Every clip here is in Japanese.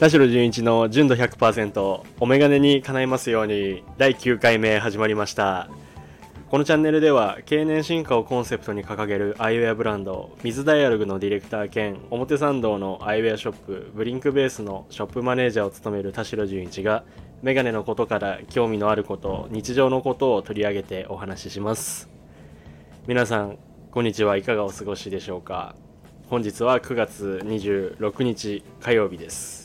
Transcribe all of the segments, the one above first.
田代純一の純度100%お眼鏡に叶いますように第9回目始まりましたこのチャンネルでは経年進化をコンセプトに掲げるアイウェアブランド水ダイアログのディレクター兼表参道のアイウェアショップブリンクベースのショップマネージャーを務める田代純一が眼鏡のことから興味のあること日常のことを取り上げてお話しします皆さんこんにちはいかがお過ごしでしょうか本日は9月26日火曜日です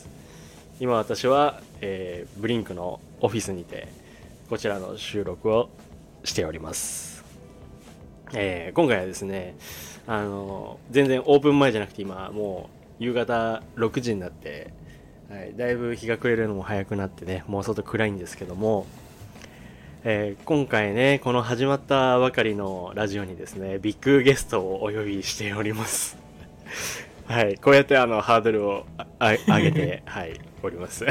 今私は、えーブリンクのオフィスにてこちらの収録をしております、えー今回はですねあの全然オープン前じゃなくて今もう夕方6時になって、はい、だいぶ日が暮れるのも早くなってねもう外暗いんですけどもえー今回ね、この始まったばかりのラジオにですね、ビッグゲストをお呼びしております。 はい、こうやってあのハードルをああ上げ て、はい、おります。 は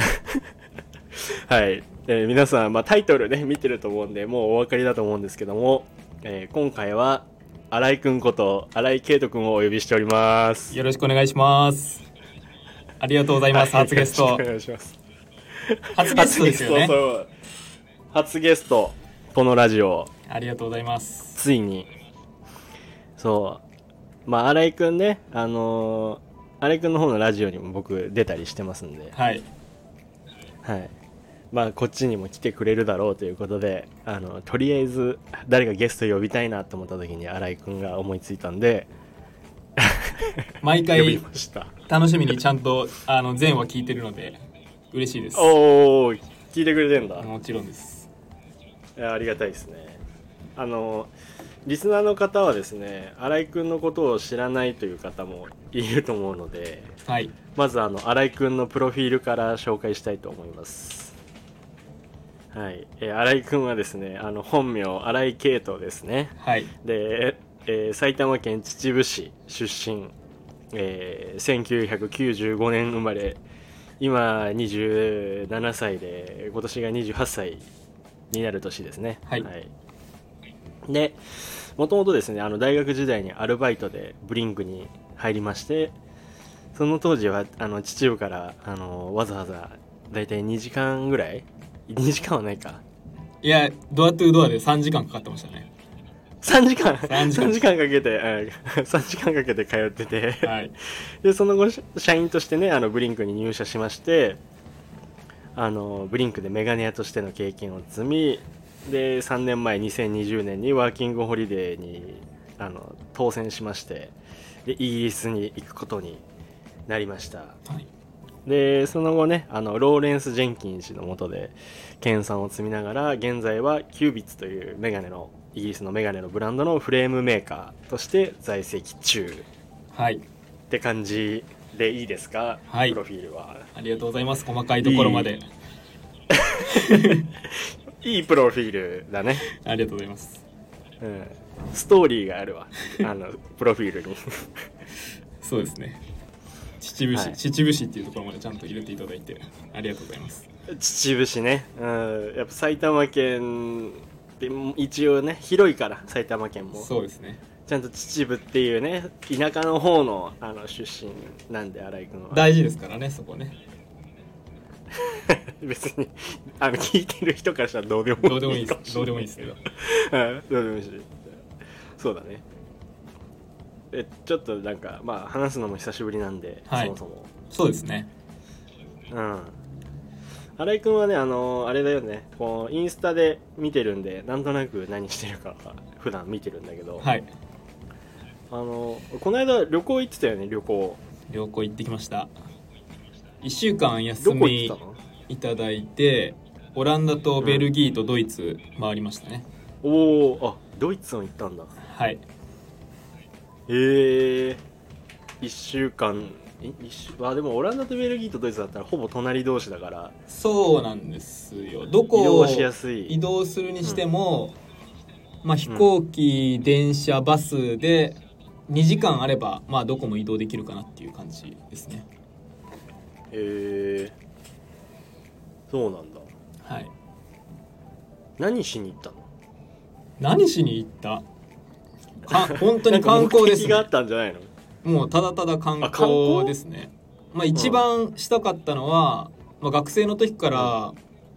い、えー皆さん、まあ、タイトルね、見てると思うんで、もうお分かりだと思うんですけども、えー今回は、新井くんこと、新井圭人くんをお呼びしております。よろしくお願いします。ありがとうございます。はい初ゲスよ ろしトくお。願いします。初ゲストですよ初ゲスねト。そう初ゲスト、このラジオ、ありがとうございます。ついにそうまあ新井くんねあのー新井くんの方のラジオにも僕出たりしてますんで、はい。はい、まあこっちにも来てくれるだろうということであのとりあえず誰かゲスト呼びたいなと思った時に新井くんが思いついたんで毎 呼び回ました、楽しみにちゃんとあの前話聞いてるので嬉しいです。おお聞いてくれてんだ、いもちろんです。やありがたいですねあのリスナーの方はですね新井くんのことを知らないという方もいると思うのではい。まずあの新井くんのプロフィールから紹介したいと思います。はい、えー新井くんはですね、あの本名新井慶斗ですね。はい。で、えー埼玉県秩父市出身、えー1995年生まれ、今27歳で今年が28歳になる年ですね。はいで、もともとですね、あの大学時代にアルバイトでブリンクに入りまして、その当時はあの秩父からあのわざわざ大体2時間ぐらい ?2 時間はないか。いや、ドアトゥドアで3時間かかってましたね。 3時間三時間3時間かけて、3時 間かけて通ってて、はい。でその後し社員としてねあのブリンクに入社しましてあのブリンクでメガネ屋としての経験を積みで3年前2020年にワーキングホリデーにあの当選しましてでイギリスに行くことになりましたはい。でその後ねあのローレンス・ジェンキン氏のもとで研鑽を積みながら現在はキュービッツというメガネのイギリスのメガネのブランドのフレームメーカーとして在籍中はい。って感じでいいですか、はいプロフィールはありがとうございます。細かいところまいで。いいいプロフィールだね、ありがとうございます。うん、ストーリーがあるわあの プロフィールにそうですね。秩父市、はい秩父市っていうところまでちゃんと入れていただいてありがとうございます。秩父市ね、うん、やっぱ埼玉県でも一応ね広いから埼玉県もそうですね。ちゃんと秩父っていうね田舎の方のあの出身なんで新井君は大事ですからね、そこね。 別にあの聞いてる人からしたらどうでもいいどうでもいいでかす。しれどうでなもいいですけど。 うんどうでもいいしそうだねえちょっとなんかまあ話すのも久しぶりなんで、はいそもそうですね。そもうん新井君はねあのあれだよねこうインスタで見てるんでなんとなく何してるかは普段見てるんだけど、はい。あのこの間旅行行ってたよね旅行旅行行ってきました。1週間休どこ行ってみたのいただいて、オランダとベルギーとドイツ回りましたね。おおあドイツも行ったんだはい。へえ1週間え一週あでもオランダとベルギーとドイツだったらほぼ隣同士だからそうなんですよ。ど移こ動をしやすい移動するにしても、まあ飛行機、電車、バスで2時間あれば、まあどこも移動できるかなっていう感じですね。へえそうなんだはい。何しに行ったの何しに行ったか本当に観光でなす、んか目的があねっ。たんじゃないのもうただただ観あ観光光ですね。まあ、一番したかったのは、まあ、学生の時から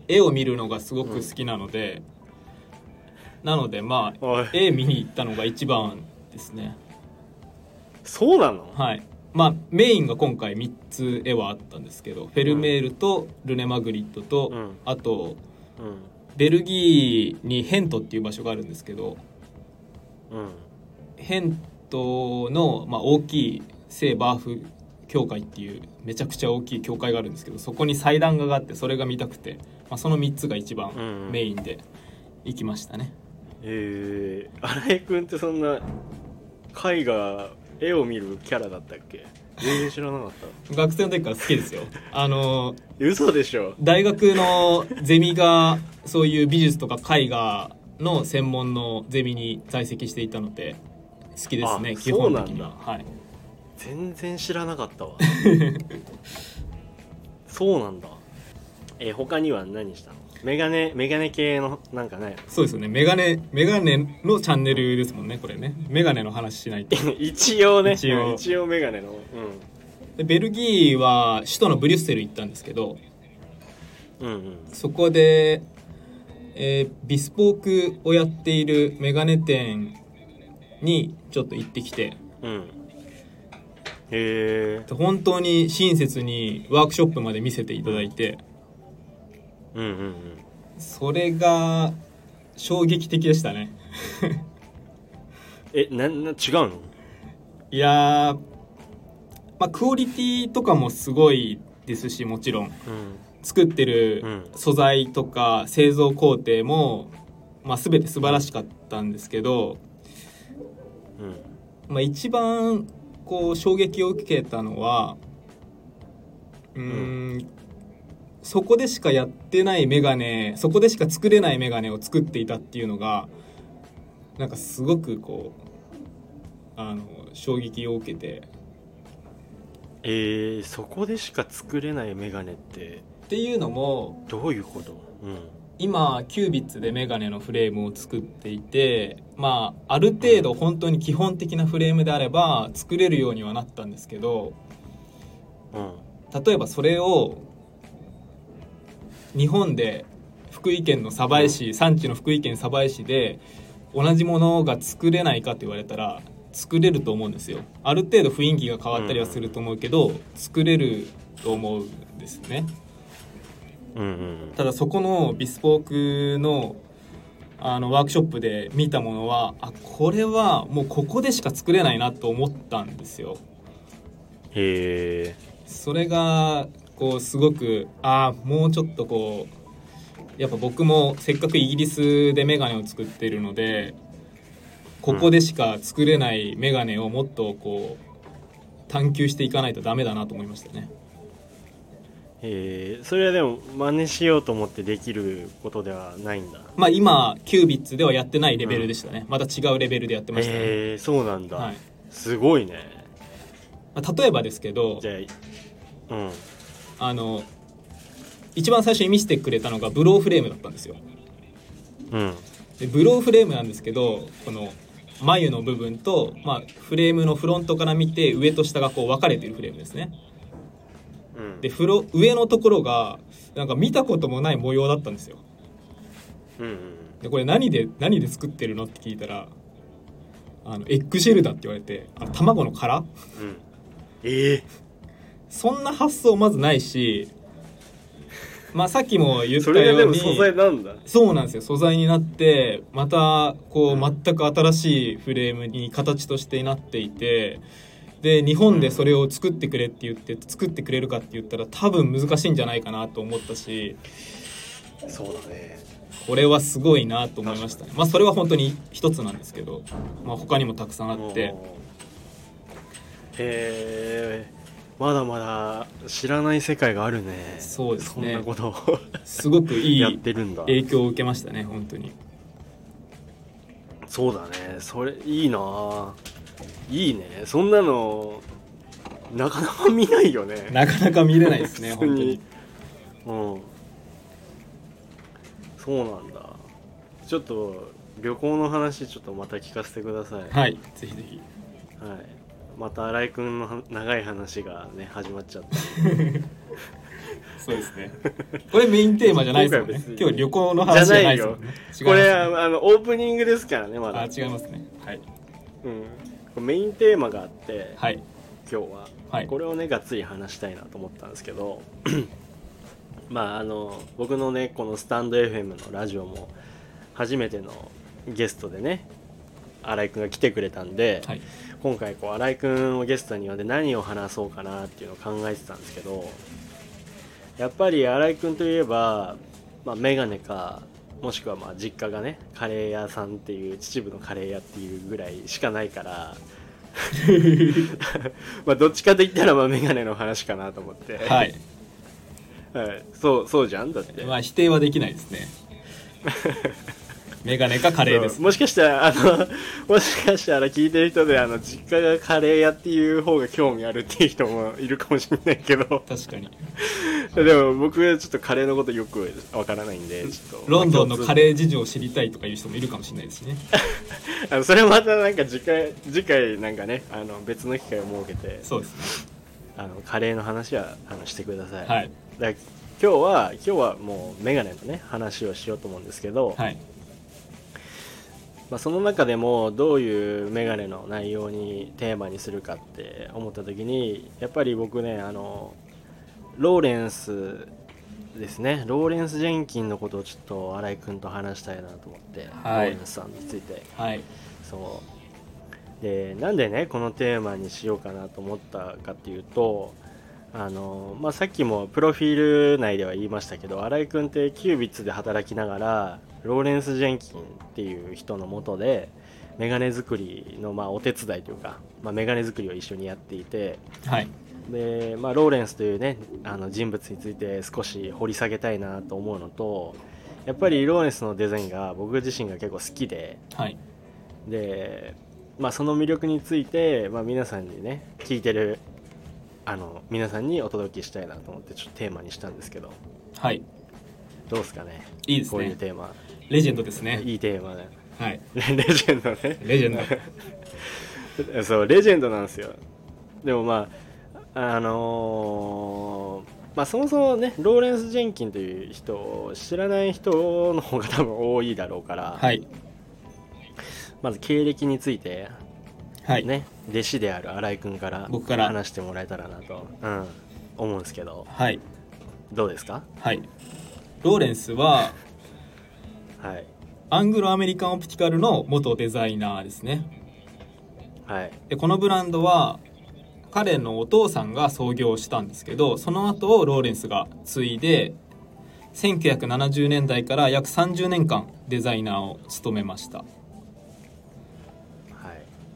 絵を見るのがすごく好きなので、なのでまあおい絵見に行ったのが一番ですねそうなのはいまあメインが今回3つ絵はあったんですけどフェルメールとルネ・マグリットと、うんあとうんベルギーにヘントっていう場所があるんですけどうんヘントの、まあ、大きい聖バーフ教会っていうめちゃくちゃ大きい教会があるんですけどそこに祭壇画があってそれが見たくて、まあ、その3つが一うんう番んメインで行きましたね、えー、新井君ってそんな絵画絵を見るキャラだったっけ全然知らなかっ学生の時から好きですよあのた 嘘でしょ大学のゼミがそういう美術とか絵画の専門のゼミに在籍していたので好きですねあ基本的にはそうはい全然知らなか ったわそうなんだえー他には何したのメガネメガネ系のなんかねそうですよねメガネメガネのチャンネルですもんねこれねメガネの話しないと 一応ね一応うん一応メガネのうんでベルギーは首都のブリュッセル行ったんですけどうんうんそこで、えービスポークをやっているメガネ店にちょっと行ってきてうんへえで本当に親切にワークショップまで見せていただいてうんうんうんそれが衝撃的でしたねえなんな違うのいやー、まあ、クオリティとかもすごいですしもちろんうん作ってうるん素材とか製造工程も、まあ、全て素晴らしかったんですけど、うんまあ、一番こう衝撃を受けたのはうーん、そこでしかやってないメガネそこでしか作れないメガネを作っていたっていうのがなんかすごくこうあの衝撃を受けてえー、そこでしか作れないメガネってっていうのもどういうことうん今キュービッツでメガネのフレームを作っていてまあある程度本当に基本的なフレームであれば作れるようにはなったんですけどうん例えばそれを日本で福井県の鯖江市産地の福井県鯖江市で同じものが作れないかって言われたら作れると思うんですよある程度雰囲気が変わったりはすると思うけど作れると思うんですねうんうんただそこのビスポークのあのワークショップで見たものはあこれはもうここでしか作れないなと思ったんですよへえそれがこうすごくああもうちょっとこうやっぱ僕もせっかくイギリスでメガネを作ってるのでここでしか作れないメガネをもっとこう探求していかないとダメだなと思いましたねえー、それはでも真似しようと思ってできることではないんだまあ今キュービッツではやってないレベルでしたね、また違うレベルでやってましたね、えー、そうなんだ、はいすごいねまあ例えばですけどじゃあうんあの一番最初に見せてくれたのがブローフレームだったんですようんでブローフレームなんですけどこの眉の部分と、まあ、フレームのフロントから見て上と下がこう分かれてるフレームですねうんでフロ上のところがなんか見たこともない模様だったんですようんうんでこれ何で何で作ってるのって聞いたらあのエッグシェルだって言われてあの卵の殻うんええそんな発想まずないしまあさっきもー、言ったそようにれがでも素材なんだそうなんですよ素材になってまたこうんう全く新しいフレームに形としてなっていてで日本でそれを作ってくれって言って作ってくれるかって言ったら多分難しいんじゃないかなと思ったしそうだねこれはすごいなと思いましたねまあそれは本当に一つなんですけど、まあ、他にもたくさんあっておーへえまだまだ知らない世界があるねそうですねそんなことをすごく いやっいてるんだ影響を受けましたね本当にそうだねそれいいなあいいねそんなのなかなか見ないよねなかなか見れないですね 普通本当にうんそうなんだちょっと旅行の話ちょっとまた聞かせてください、はいぜひぜひはいまた新井君のは長い話がね始まっちゃ ったそうですね。これメインテーマじゃないです今回もんはね別に。今日旅行の話じゃないですもんね。違いこますれねあのオープニングですからねまだあ、違いますね。はい。うん、メインテーマがあって、はい。今日は、はいこれをねがっつり話したいなと思ったんですけど まああの僕のねこのスタンド FM のラジオも初めてのゲストでね新井くんが来てくれたんで、はい。今回こう新井くんをゲストに呼んで何を話そうかなっていうのを考えてたんですけどやっぱり新井くんといえば、まあ、メガネかもしくはまあ実家がねカレー屋さんっていう秩父のカレー屋っていうぐらいしかないから まあどっちかといったらまあメガネの話かなと思って、はい。はいそうそうじゃんだって、まあ、否定はできないですね。メガネかカレーですそう。もしかしたらあのもしかしたら聞いてる人であの実家がカレー屋っていう方が興味あるっていう人もいるかもしれないけど確かに。 でも僕はちょっとカレーのことよくわからないんでちょっとロンドンのカーレー事情を知りたいとかいう人もいるかもしれないですしね。 あのそれまたなんか次回次回なんかねあの別の機会を設けてそうですあのカレーの話はあのしてくださね。い、はい。だ今日は今日はもうメガネのね話をしようと思うんですけど、はい。まあ、その中でもどういうメガネの内容にテーマにするかって思った時にやっぱり僕ねあのローレンスですねローレンス・ジェンキンのことをちょっと新井君と話したいなと思って、はローいレンスさんについてはい。そうでなんでねこのテーマにしようかなと思ったかっていうとあの、まあ、さっきもプロフィール内では言いましたけど新井君ってキュービッツで働きながらローレンス・ジェンキンっていう人のもとでメガネ作りのまあお手伝いというか、まあ、メガネ作りを一緒にやっていてはい。で、まあ、ローレンスというねあの人物について少し掘り下げたいなと思うのとやっぱりローレンスのデザインが僕自身が結構好きではい。で、まあ、その魅力について、まあ、皆さんにね聞いてるあの皆さんにお届けしたいなと思ってちょっとテーマにしたんですけどはい。どうですかねいいですこういうね。テーマレジェンドですね。いいテーマねはい。レジェンドね レジェンド。そうレジェンドなんですよでもまああのーまあそもそもねローレンス・ジェンキンという人を知らない人の方が多分多いだろうから、はい。まず経歴についてはい。ね、弟子である新井君から僕から話してもらえたらなと、うん、思うんですけどはい。どうですかはい。ローレンスは、はいアングロアメリカンオプティカルの元デザイナーですねはいでこのブランドは彼のお父さんが創業したんですけどその後をローレンスが継いで1970年代から約30年間デザイナーを務めましたはい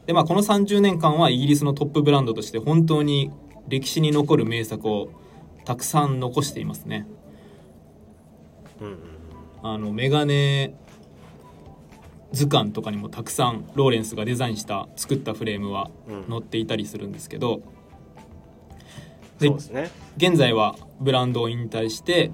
で、まあ、この30年間はイギリスのトップブランドとして本当に歴史に残る名作をたくさん残していますねうんうんあのメガネ図鑑とかにもたくさんローレンスがデザインした作ったフレームはうん載っていたりするんですけど、でそうですね現在はブランドを引退して、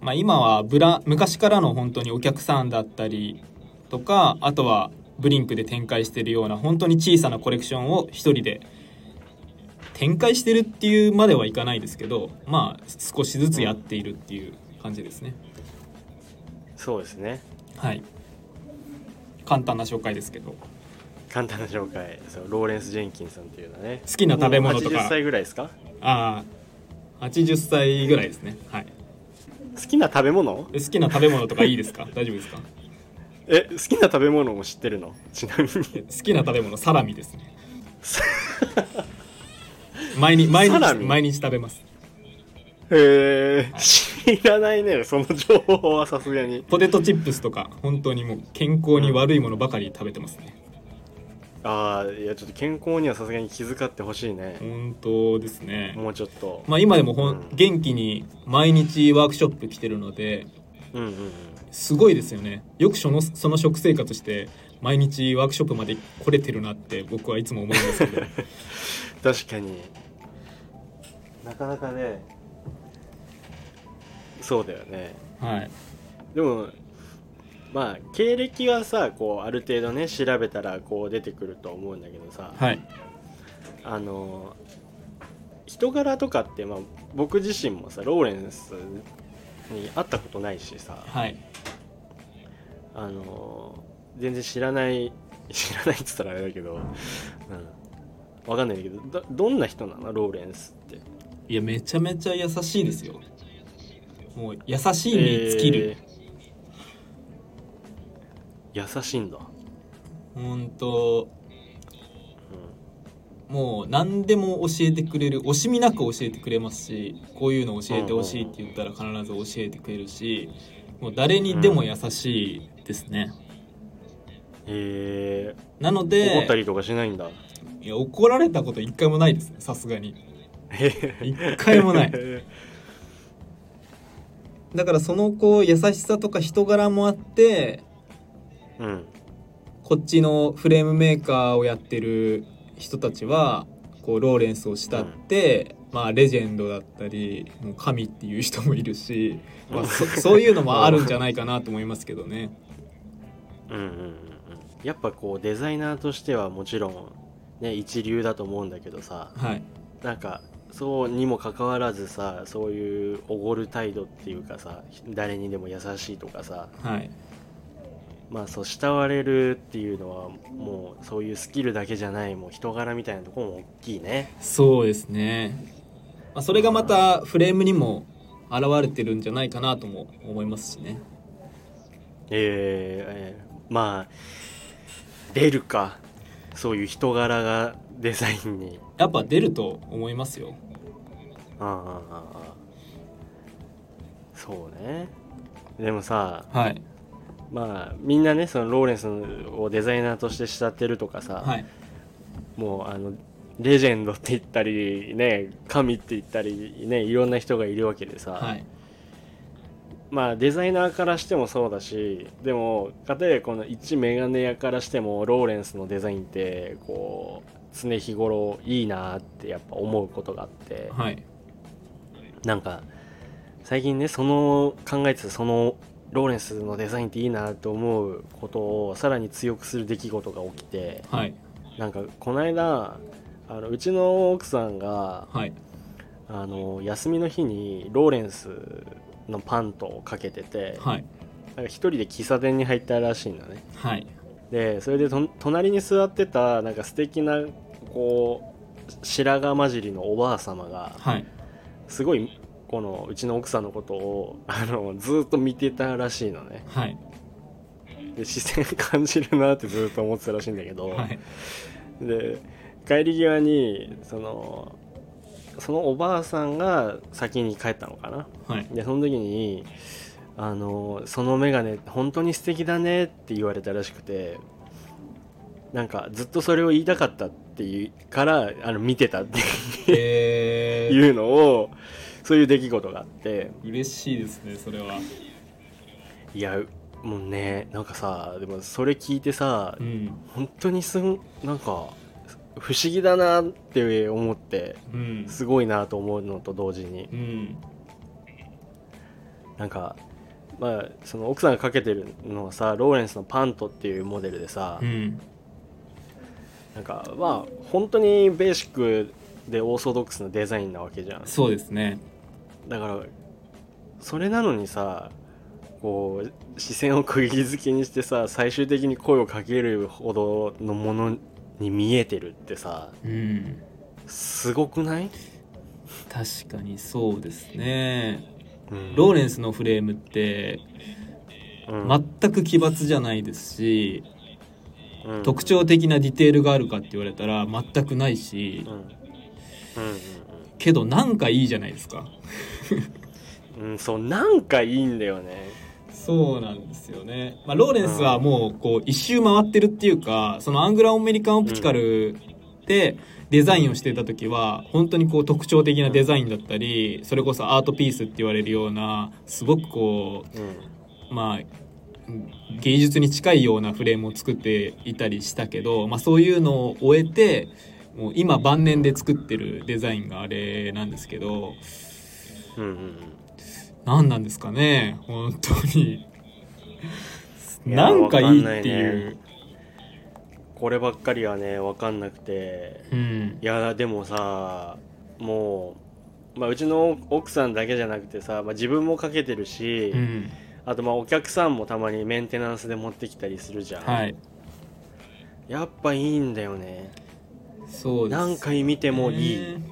まあ、今はブラ昔からの本当にお客さんだったりとかあとはブリンクで展開してるような本当に小さなコレクションを一人で展開してるっていうまではいかないですけどまあ少しずつやっているっていう感じですね。そうですねはい簡単な紹介ですけど好簡単な紹介そうローレンス・ジェンキンさんっていうのはねきな食べ物ともう80か歳ぐらいですかああ80歳ぐらいですねはい好きな食べ物で好きな食べ物とかいいですか大丈夫ですかえ好きな食べ物も知ってるのちなみに好きな食べ物サラミで すね毎日毎サラ日ミ毎日食べますえー、知らないねその情報はさすがにポテトチップスとか本当にもう健康に悪いものばかり食べてますねああいやちょっと健康にはさすがに気遣ってほしいね、本当ですねもうちょっと、まあ今でもほうんん元気に毎日ワークショップ来てるのでうんうんうんすごいですよねよくそのその食生活して毎日ワークショップまで来れてるなって僕はいつも思うんですけ ど確かになかなかねそうだよねはいでもまあ経歴はさこうある程度ね調べたらこう出てくると思うんだけどさ、はいあの人柄とかって、まあ、僕自身もさローレンスに会ったことないしさはいあの全然知らない 知らないって言ったらあれだけど、うん、分かんないんだけどどどんな人なのローレンスって。いやめちゃめちゃ優しいですよもう優しいに尽きる、えー優しいんだ、ほんともう何でも教えてくれる惜しみなく教えてくれますしこういうの教えてほしいって言ったら必ず教えてくれるしもう誰にでも優しいですね、えなのー、怒ったでりとかしないんだいや怒られたこと一回もないですねさ すがにへへ一回 もないへだからそのこう優しさとか人柄もあってへうんこっちのフレームメーカーをやってる人たちはこうローレンスを慕って、まあレジェンドだったりもう神っていう人もいるし、まあ、そ そういうのもあるんじゃないかなと思いますけどね。うんうんうんうんやっぱこうデザイナーとしてはもちろんね一流だと思うんだけどさはい、なんかそうにもかかわらずさそういうおごる態度っていうかさ誰にでも優しいとかさはい、まあそう慕われるっていうのはもうそういうスキルだけじゃないもう人柄みたいなところも大きいねそうですね、まあ、それがまたフレームにも現れてるんじゃないかなとも思いますしね。えーえーまあ出るかそういう人柄がデザインにやっぱ出ると思いますよ。ああああああそうねでもさはい、まあみんなねそのローレンスをデザイナーとして慕ってるとかさ、はい、もうあのレジェンドって言ったりね神って言ったりねいろんな人がいるわけでさ、はい、まあデザイナーからしてもそうだしでもかたやこの一メガネ屋からしてもローレンスのデザインってこう常日頃いいなってやっぱ思うことがあってはい、なんか最近ねその考えてたそのローレンスのデザインっていいなと思うことをさらに強くする出来事が起きてはい、なんかこの間あのうちの奥さんがはい、あの休みの日にローレンスのパントをかけてて、はい、なんか一人で喫茶店に入ったらしいのねはい、でそれでと隣に座ってたなんか素敵なこう白髪混じりのおばあ様がはい、すごいこのうちの奥さんのことをあのずっと見てたらしいのねはい、で視線感じるなってずっと思ってたらしいんだけど、はい、で帰り際にそのそのおばあさんが先に帰ったのかなはい。でその時に「あのその眼鏡本当に素敵だね」って言われたらしくてなんかずっとそれを言いたかったっていうからあの見てたってえー、いうのをそういう出来事があって嬉しいですねそれは、いやもうねなんかさでもそれ聞いてさうん本当にすんなんか不思議だなって思ってうんすごいなと思うのと同時にうん、なんかまあその奥さんがかけてるのはさローレンスのパントっていうモデルでさ、うん、なんかまあ本当にベーシックでオーソドックスなデザインなわけじゃんそうですねだからそれなのにさこう視線を釘付けにしてさ最終的に声をかけるほどのものに見えてるってさうんすごくない、確かにそうですねうんローレンスのフレームってうん全く奇抜じゃないですしうん特徴的なディテールがあるかって言われたら全くないしうんうんけどなんかいいじゃないですかうんうんうんそうなんかいいんだよねそうなんですよね、まあ、ローレンスはもうこう一周回ってるっていうかそのアングラ・アメリカン・オプティカルでデザインをしてた時は本当にこう特徴的なデザインだったりそれこそアートピースって言われるようなすごくこうんうまあ芸術に近いようなフレームを作っていたりしたけど、まあ、そういうのを終えてもう今晩年で作ってるデザインがあれなんですけどうんうんうん何なんですかね本当にいやなんかいいわかんってないいねうこればっかりはね分かんなくてうんいやでもさもう、まあ、うちの奥さんだけじゃなくてさ、まあ、自分もかけてるし、うんあとまあお客さんもたまにメンテナンスで持ってきたりするじゃん、はいやっぱいいんだよねそうです何回見てもいい、ね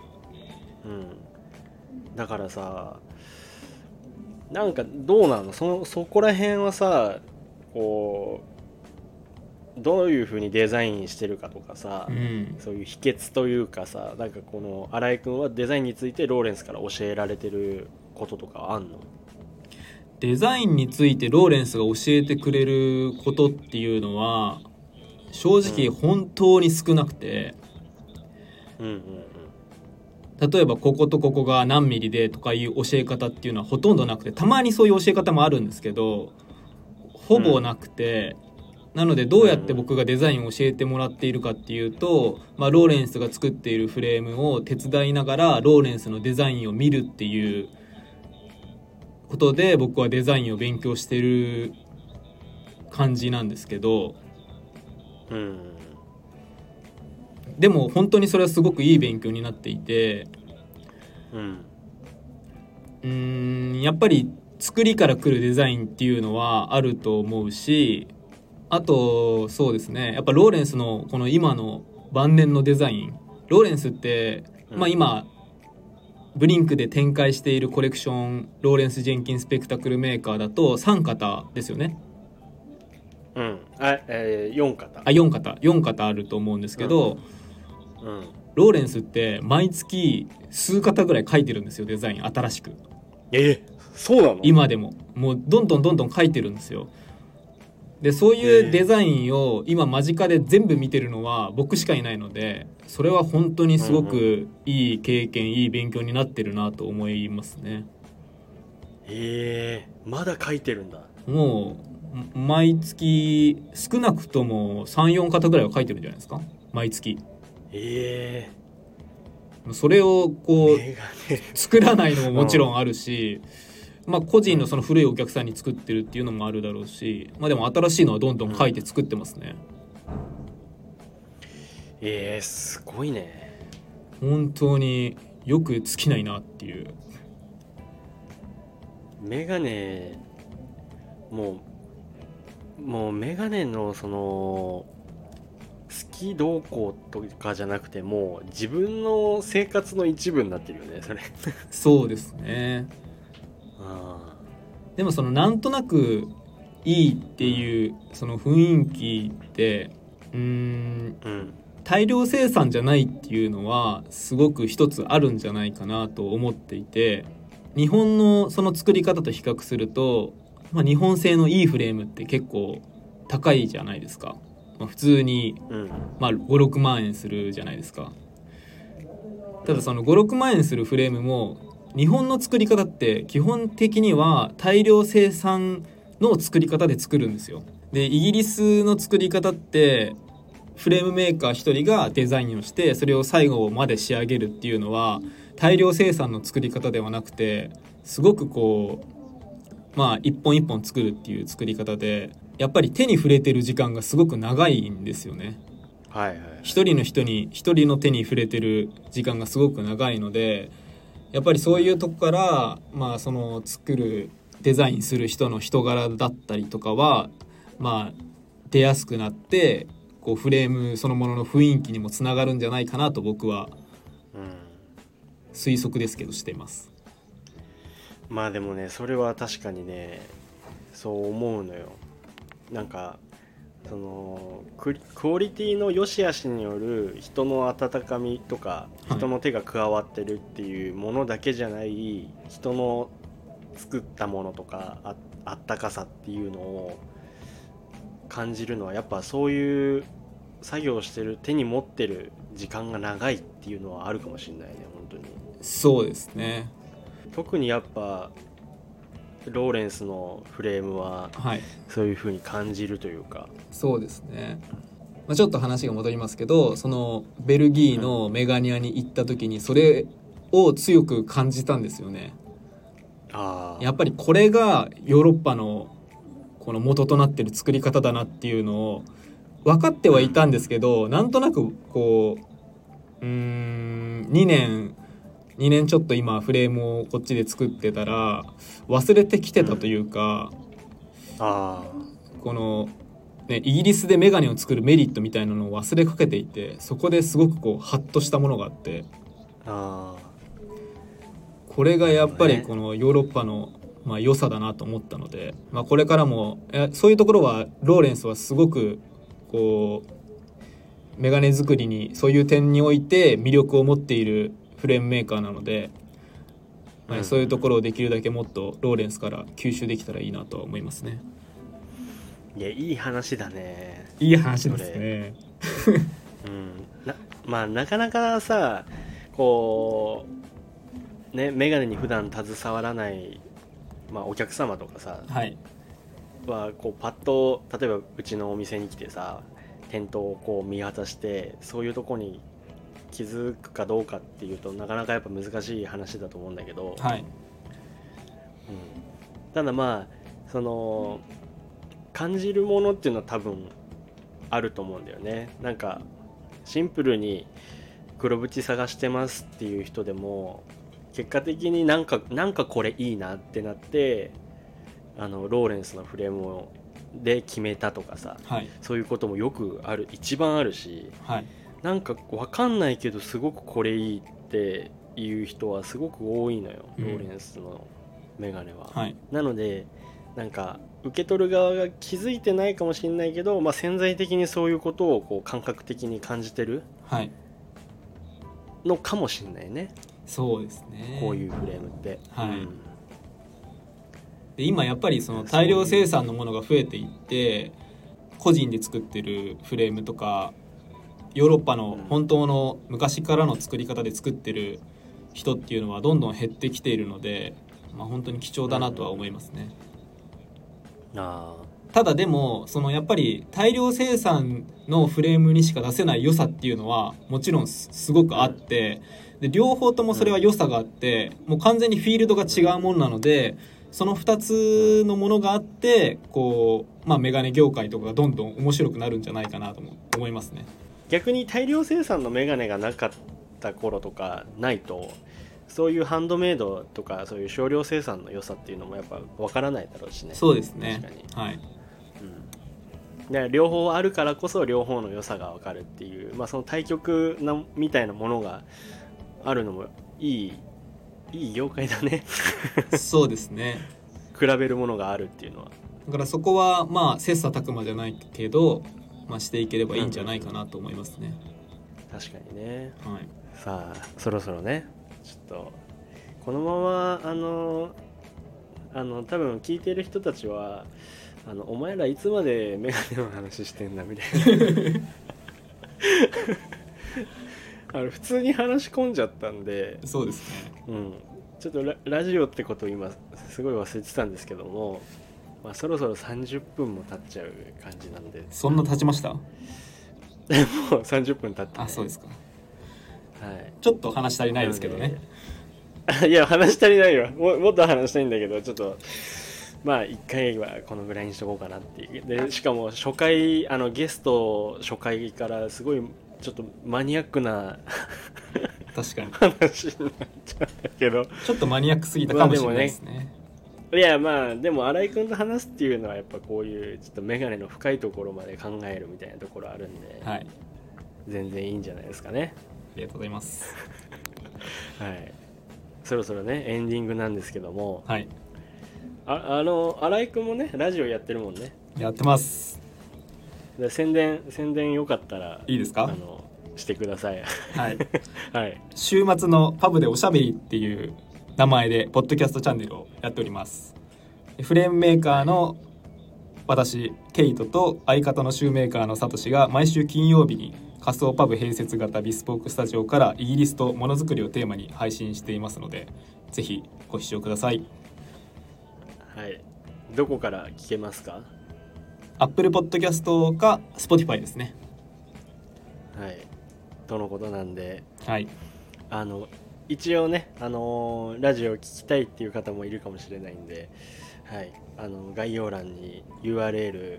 うん、だからさなんかどうなのそそこら辺はさこうどういう風にデザインしてるかとかさ、うんそういう秘訣というかさなんかこの新井君はデザインについてローレンスから教えられてることとかあんのデザインについてローレンスが教えてくれることっていうのは正直本当に少なくて、うんうん例えばこことここが何ミリでとかいう教え方っていうのはほとんどなくてたまにそういう教え方もあるんですけどほぼなくて、なのでどうやって僕がデザインを教えてもらっているかっていうと、まあ、ローレンスが作っているフレームを手伝いながらローレンスのデザインを見るっていうことで僕はデザインを勉強してる感じなんですけどうんうんでも本当にそれはすごくいい勉強になっていてうんうーんやっぱり作りから来るデザインっていうのはあると思うしあとそうですねやっぱローレンスのこの今の晩年のデザインローレンスって、うんまあ今ブリンクで展開しているコレクションローレンス・ジェンキンスペクタクルメーカーだと3型ですよねうんあえー、4型あ4型4型あると思うんですけど、うんローレンスって毎月数型ぐらい書いてるんですよデザイン新しくえそうなの今でももうどんどんどんどん書いてるんですよでそういへえうデザインを今間近で全部見てるのは僕しかいないのでそれは本当にすごくいい経験いい勉強になってるなと思いますねえー、まだ書いてるんだもう毎月少なくとも34型ぐらいは書いてるんじゃないですか毎月えそれをえこうー、メガネ作らないのももちろんあるし、まあ、個人のその古いお客さんに作ってるっていうのもあるだろうし、まあ、でも新しいのはどんどん書いて作ってますね、えー、すごいね本当によく尽きないなっていうメガネもうもうメガネのその好きどうこうとかじゃなくてもう自分の生活の一部になってるよねそれそうですねあでもそのなんとなくいいっていうその雰囲気ってうーんーうん大量生産じゃないっていうのはすごく一つあるんじゃないかなと思っていて日本のその作り方と比較すると、まあ、日本製のいいフレームって結構高いじゃないですか、まあ、普通に、うんまあ、56万円するじゃないですかただその56万円するフレームも日本の作り方って基本的には大量生産の作り方で作るんですよでイギリスの作り方ってフレームメーカー一人がデザインをしてそれを最後まで仕上げるっていうのは大量生産の作り方ではなくてすごくこうまあ一本一本作るっていう作り方でやっぱり手に触れてる時間がすごく長いんですよねはいはい一人の人に一人の手に触れてる時間がすごく長いのでやっぱりそういうとこからまあその作るデザインする人の人柄だったりとかはまあ出やすくなってこうフレームそのものの雰囲気にもつながるんじゃないかなと僕はうん推測ですけどしています。まあでもねそれは確かにねそう思うのよなんかそのクリクオリティの良し悪しによる人の温かみとかはい人の手が加わってるっていうものだけじゃない人の作ったものとかああったかさっていうのを感じるのはやっぱそういう作業してる手に持ってる時間が長いっていうのはあるかもしれないね本当に。そうですね。特にやっぱローレンスのフレームははい。そういう風に感じるというかそうですね。まあ、ちょっと話が戻りますけど、そのベルギーのメガニアに行った時にそれを強く感じたんですよね。ああやっぱりこれがヨーロッパのこの元となってる作り方だなっていうのを分かってはいたんですけどなんとなくこううーん2年2年ちょっと今フレームをこっちで作ってたら忘れてきてたというか、あこの、ね、イギリスでメガネを作るメリットみたいなのを忘れかけていてそこですごくこうハッとしたものがあってああこれがやっぱなりるこのヨーロッパの、まあ、良さだなと思ったので、まあ、これからもえそういうところはローレンスはすごくこうメガネ作りにそういう点において魅力を持っているフレームメーカーなので、はうんい、そういうところをできるだけもっとローレンスから吸収できたらいいなとは思いますね。いやいい話だねいい話でですすね。うんなまあなかなかさこうねメガネに普段携わらない、まあ、お客様とかさはい。はこうパッと例えばうちのお店に来てさ店頭をこう見渡してそういうとこに気づくかどうかっていうとなかなかやっぱ難しい話だと思うんだけど、はい。うんただまあその感じるものっていうのは多分あると思うんだよねなんかシンプルに黒縁探してますっていう人でも結果的になんかなんかこれいいなってなってあのローレンスのフレームをで決めたとかさはい。そういうこともよくある一番あるしはい。なんかわかんないけどすごくこれいいっていう人はすごく多いのよ、うんローレンスのメガネは、はい。なのでなんか受け取る側が気づいてないかもしれないけど、まあ、潜在的にそういうことをこう感覚的に感じてるはい。のかもしれないね、そうですね。こういうフレームって、はういんで今やっぱりその大量生産のものが増えていって個人で作ってるフレームとかヨーロッパの本当の昔からの作り方で作ってる人っていうのはどんどん減ってきているので、まあ、本当に貴重だなとは思いますね。あただでもそのやっぱり大量生産のフレームにしか出せない良さっていうのはもちろんすすごくあってで両方ともそれは良さがあってもう完全にフィールドが違うものなのでその2つのものがあってこうまあメガネ業界とかがどんどん面白くなるんじゃないかなとも思いますね。ー逆に大量生産のメガネがなかった頃とかないとそういうハンドメイドとかそういう少量生産の良さっていうのもやっぱわからないだろうしねそうですね確かにはいうん、で両方あるからこそ両方の良さが分かるっていう、まあ、その対極なみたいなものがあるのもいいいい業界だね そうですね比べるものがあるっていうのはだからそこはまあ切磋琢磨じゃないけど、まあ、していければいいんじゃないかなと思いますね。確かにねはい、さあそろそろねちょっとこのままあのあの多分聞いてる人たちはあの「お前らいつまでメガネの話してんだ」みたい なあの普通に話し込んじゃったんで、そうですねうん、ちょっとララジオってことを今すごい忘れてたんですけども、まあ、そろそろ30分も経っちゃう感じなん でそんな経ちましたもう30分経って、あそうですかはいちょっと話足りないですけどねなので。いや、 話足りないよも。もっと話したいんだけど、ちょっと、まあ、一回はこのぐらいにしとこうかなっていう。で、しかも、初回、あの、ゲスト初回から、すごい、ちょっとマニアックな 確かに話になっちゃったけど。ちょっとマニアックすぎたかもしれないですね,、いや、まあ、でも、新井くんと話すっていうのは、やっぱこういう、ちょっとメガネの深いところまで考えるみたいなところあるんで、はい全然いいんじゃないですかね。ありがとうございますはい。そろそろね、エンディングなんですけども、はいああの新井君もねラジオやってるもんねやってますで宣伝宣伝よかったらいいですあかのしてください はいはい週末のパブでおしゃべりっていう名前でポッドキャストチャンネルをやっておりますフレームメーカーの私ケイトと相方のシューメーカーのサトシが毎週金曜日に仮想パブ併設型ビスポークスタジオからイギリスとものづくりをテーマに配信していますのでぜひご視聴くださいはいどこから聞けますか Apple Podcast か Spotify ですねはいとのことなんではいあの一応ねあのーラジオ聞きたいっていう方もいるかもしれないんではいあの概要欄に URL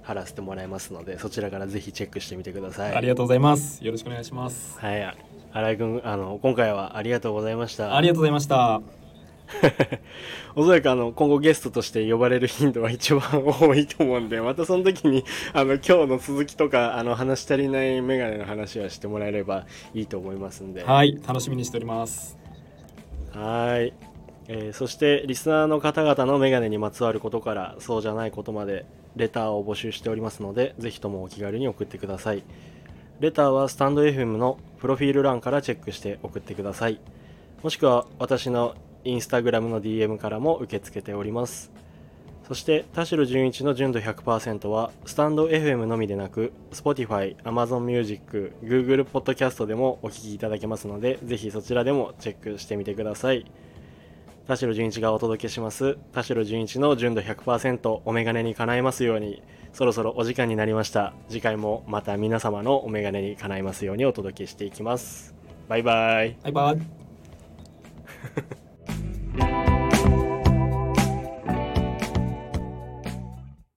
貼らせてもらいますのでそちらからぜひチェックしてみてくださいありがとうございますよろしくお願いしますはい新井君あの今回はありがとうございましたありがとうございましたおそらくあの今後ゲストとして呼ばれる頻度は一番多いと思うんでまたその時にあの今日の続きとかあの話し足りないメガネの話はしてもらえればいいと思いますんでははい楽しみにしておりますーい、えーそしてリスナーの方々のメガネにまつわることからそうじゃないことまでレターを募集しておりますのでぜひともお気軽に送ってくださいレターはスタンド FM のプロフィール欄からチェックして送ってくださいもしくは私のインスタグラムの DM からも受け付けております。そして田代純一の純度100%はスタンド FM のみでなく Spotify、Amazon Music、Google Podcast でもお聞きいただけますのでぜひそちらでもチェックしてみてください。田代純一がお届けします田代純一の純度100%お眼鏡に叶えますようにそろそろお時間になりました。次回もまた皆様のお眼鏡に叶えますようにお届けしていきます。バイバイ。バイバイ